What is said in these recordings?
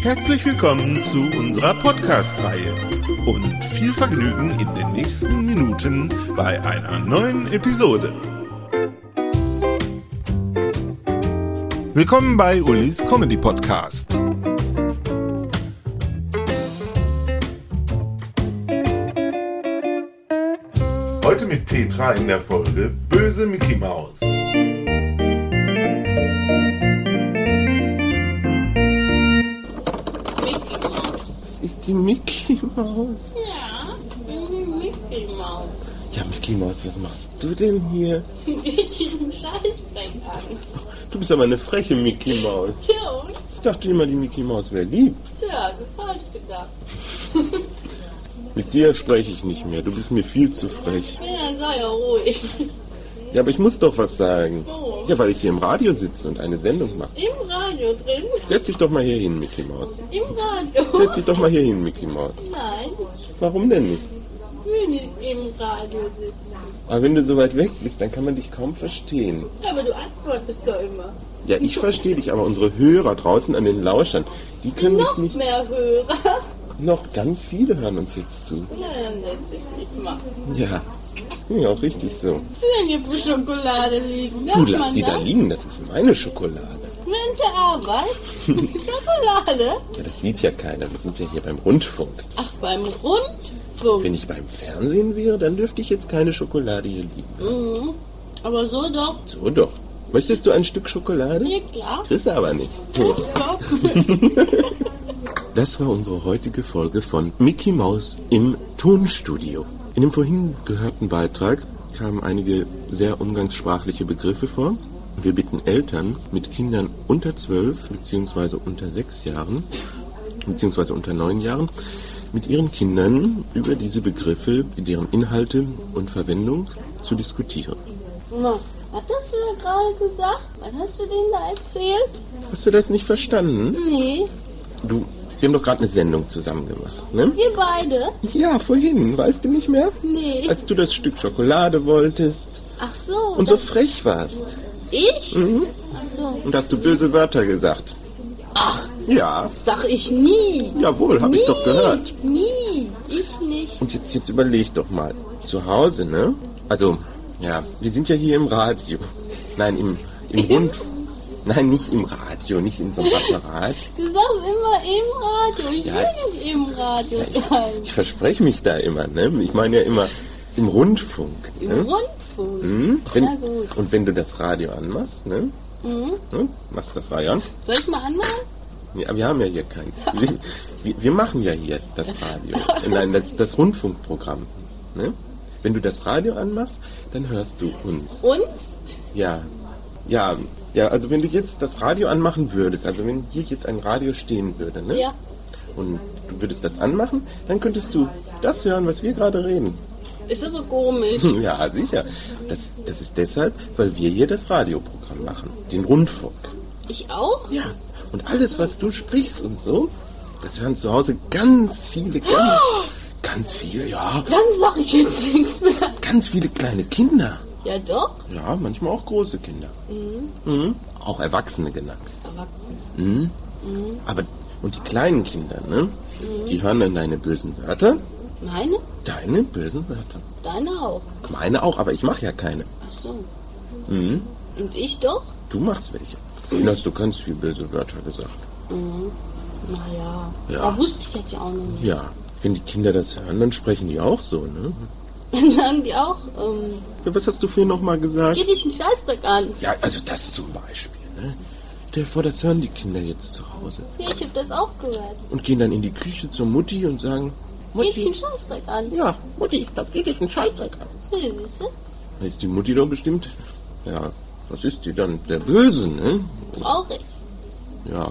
Herzlich willkommen zu unserer Podcast-Reihe und viel Vergnügen in den nächsten Minuten bei einer neuen Episode. Willkommen bei Ulis Comedy Podcast. Heute mit Petra in der Folge Böse Mickey Maus. Mickey Mouse. Ist die Mickey Maus? Ja, Mickey Mouse. Ja, Mickey Maus, was machst du denn hier? Geht ihren Scheißdreck an. Du bist aber eine freche Mickey Maus. Ja, und? Ich dachte immer, die Mickey Maus wäre lieb. Ja, so falsch gedacht. Mit dir spreche ich nicht mehr. Du bist mir viel zu frech. Ja, sei ja ruhig. Ja, aber ich muss doch was sagen. Oh. Ja, weil ich hier im Radio sitze und eine Sendung mache. Im Radio drin? Setz dich doch mal hier hin, Mickey Maus. Im Setz Radio? dich doch mal hier hin, Mickey Maus. Nein, Warum denn nicht? ich will nicht im Radio sitzen. Aber wenn du so weit weg bist, dann kann man dich kaum verstehen. Aber du antwortest doch immer. Ja, ich verstehe dich, aber unsere Hörer draußen an den Lauschern, die können dich Noch nicht... mehr Hörer? Noch ganz viele hören uns jetzt zu. Na, dann setz ich mich mal. Ja, ja auch richtig so. Zähne Schokolade liegen. Darf Du lass man die da das? liegen, das ist meine Schokolade. Während der Arbeit? Schokolade? Ja, das sieht ja keiner, wir sind ja hier beim Rundfunk. Ach, beim Rundfunk. Wenn ich beim Fernsehen wäre, dann dürfte ich jetzt keine Schokolade hier liegen. Mhm. Aber so doch. So doch. Möchtest du ein Stück Schokolade? Ja, klar. Chris aber nicht. Doch. Das war unsere heutige Folge von Mickey Mouse im Tonstudio. In dem vorhin gehörten Beitrag kamen einige sehr umgangssprachliche Begriffe vor. Wir bitten Eltern mit Kindern unter 12 bzw. unter 6 Jahren bzw. unter 9 Jahren mit ihren Kindern über diese Begriffe, deren Inhalte und Verwendung zu diskutieren. Na, hattest du da gerade gesagt? Wann hast du denen da erzählt? Hast du das nicht verstanden? Nee, Du, wir haben doch gerade eine Sendung zusammen gemacht, ne? ihr beide? Ja, vorhin, weißt du nicht mehr? Nee. Als du das Stück Schokolade wolltest Ach so. Äh, und so Mhm. frech warst ich? Ach so. und hast du böse Wörter gesagt. Ach, Ja, sag ich nie. jawohl, habe ich doch gehört. Nie. Ich nicht. Und jetzt, jetzt überleg doch mal. Zu Hause, ne? Also, ja, wir sind ja hier im Radio. Nein, im, im Rund. Nein, nicht im Radio, nicht in so einem Apparat. Du sagst immer im Radio. Ich Ja. will nicht im Radio sein. Ich verspreche mich da immer, ne? Ich meine ja immer im Rundfunk. Im Ne? Rundfunk. Hm? Wenn, Na gut. und wenn du das Radio anmachst, ne? Mhm. ne? Machst du das Radio an? Soll ich mal anmachen? Ja, wir haben ja hier keins. Wir, wir- wir machen ja hier das Radio. Nein, das, das Rundfunkprogramm. Ne? Wenn du das Radio anmachst, dann hörst du uns. Und? Ja. Ja. Ja, also wenn du jetzt das Radio anmachen würdest, also wenn hier jetzt ein Radio stehen würde, ne? Ja. Und du würdest das anmachen, dann könntest du das hören, was wir gerade reden. Ist aber komisch. ja, sicher. Das, das ist deshalb, weil wir hier das Radioprogramm machen. Den Rundfunk. Ich auch? Ja, und alles, was du sprichst und so, das hören zu Hause ganz viele, ganz, ganz viele, ja, Dann sag ich jetzt nichts mehr. ganz viele kleine Kinder. Ja doch. Ja, manchmal auch große Kinder. Mhm. Auch Erwachsene genannt. Erwachsen. Mhm. Aber, und die kleinen Kinder, ne? Die hören dann deine bösen Wörter. Meine? Deine bösen Wörter. Deine auch. Meine auch, aber ich mache ja keine. Ach so. Mhm. Und ich doch? Du machst welche. Und hast du ganz viel böse Wörter gesagt. Mhm. Naja. Ja. Da wusste ich das ja auch noch nicht. Ja, wenn die Kinder das hören, dann sprechen die auch so, ne? Dann sagen die auch, ähm, Ja, was hast du vorhin nochmal gesagt? geh dich einen Scheißdreck an. Ja, also das zum Beispiel. Ne? Stell dir vor, das hören die Kinder jetzt zu Hause Ja, ich hab das auch gehört. und gehen dann in die Küche zur Mutti und sagen, Geh dich einen Mutti, Scheißdreck an. ja, Mutti, das geht dich ein Scheißdreck an. Ja, siehst du? Dann ist die Mutti doch bestimmt, ja, was ist die dann, der Böse, ne? Traurig. Ja,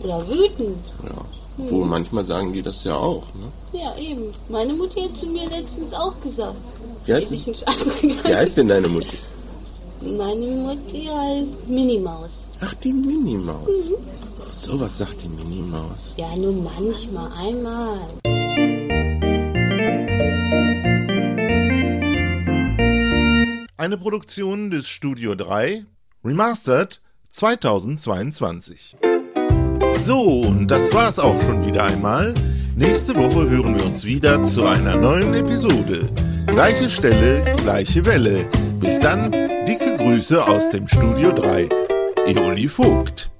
Oder wütend. ja. Wo manchmal sagen die das ja auch. Ne? Ja, eben. Meine Mutti hat zu mir letztens auch gesagt. Wie, heißt, Als ich mich angegangen wie heißt denn deine Mutti? Meine Mutti heißt Minimaus. Ach, die Minimaus. So was sagt die Minimaus. Ja, nur manchmal, einmal. Eine Produktion des Studio 3 Remastered 2022. So, und das war's auch schon wieder einmal. Nächste Woche hören wir uns wieder zu einer neuen Episode. Gleiche Stelle, gleiche Welle. Bis dann, dicke Grüße aus dem Studio 3. Eoli Vogt.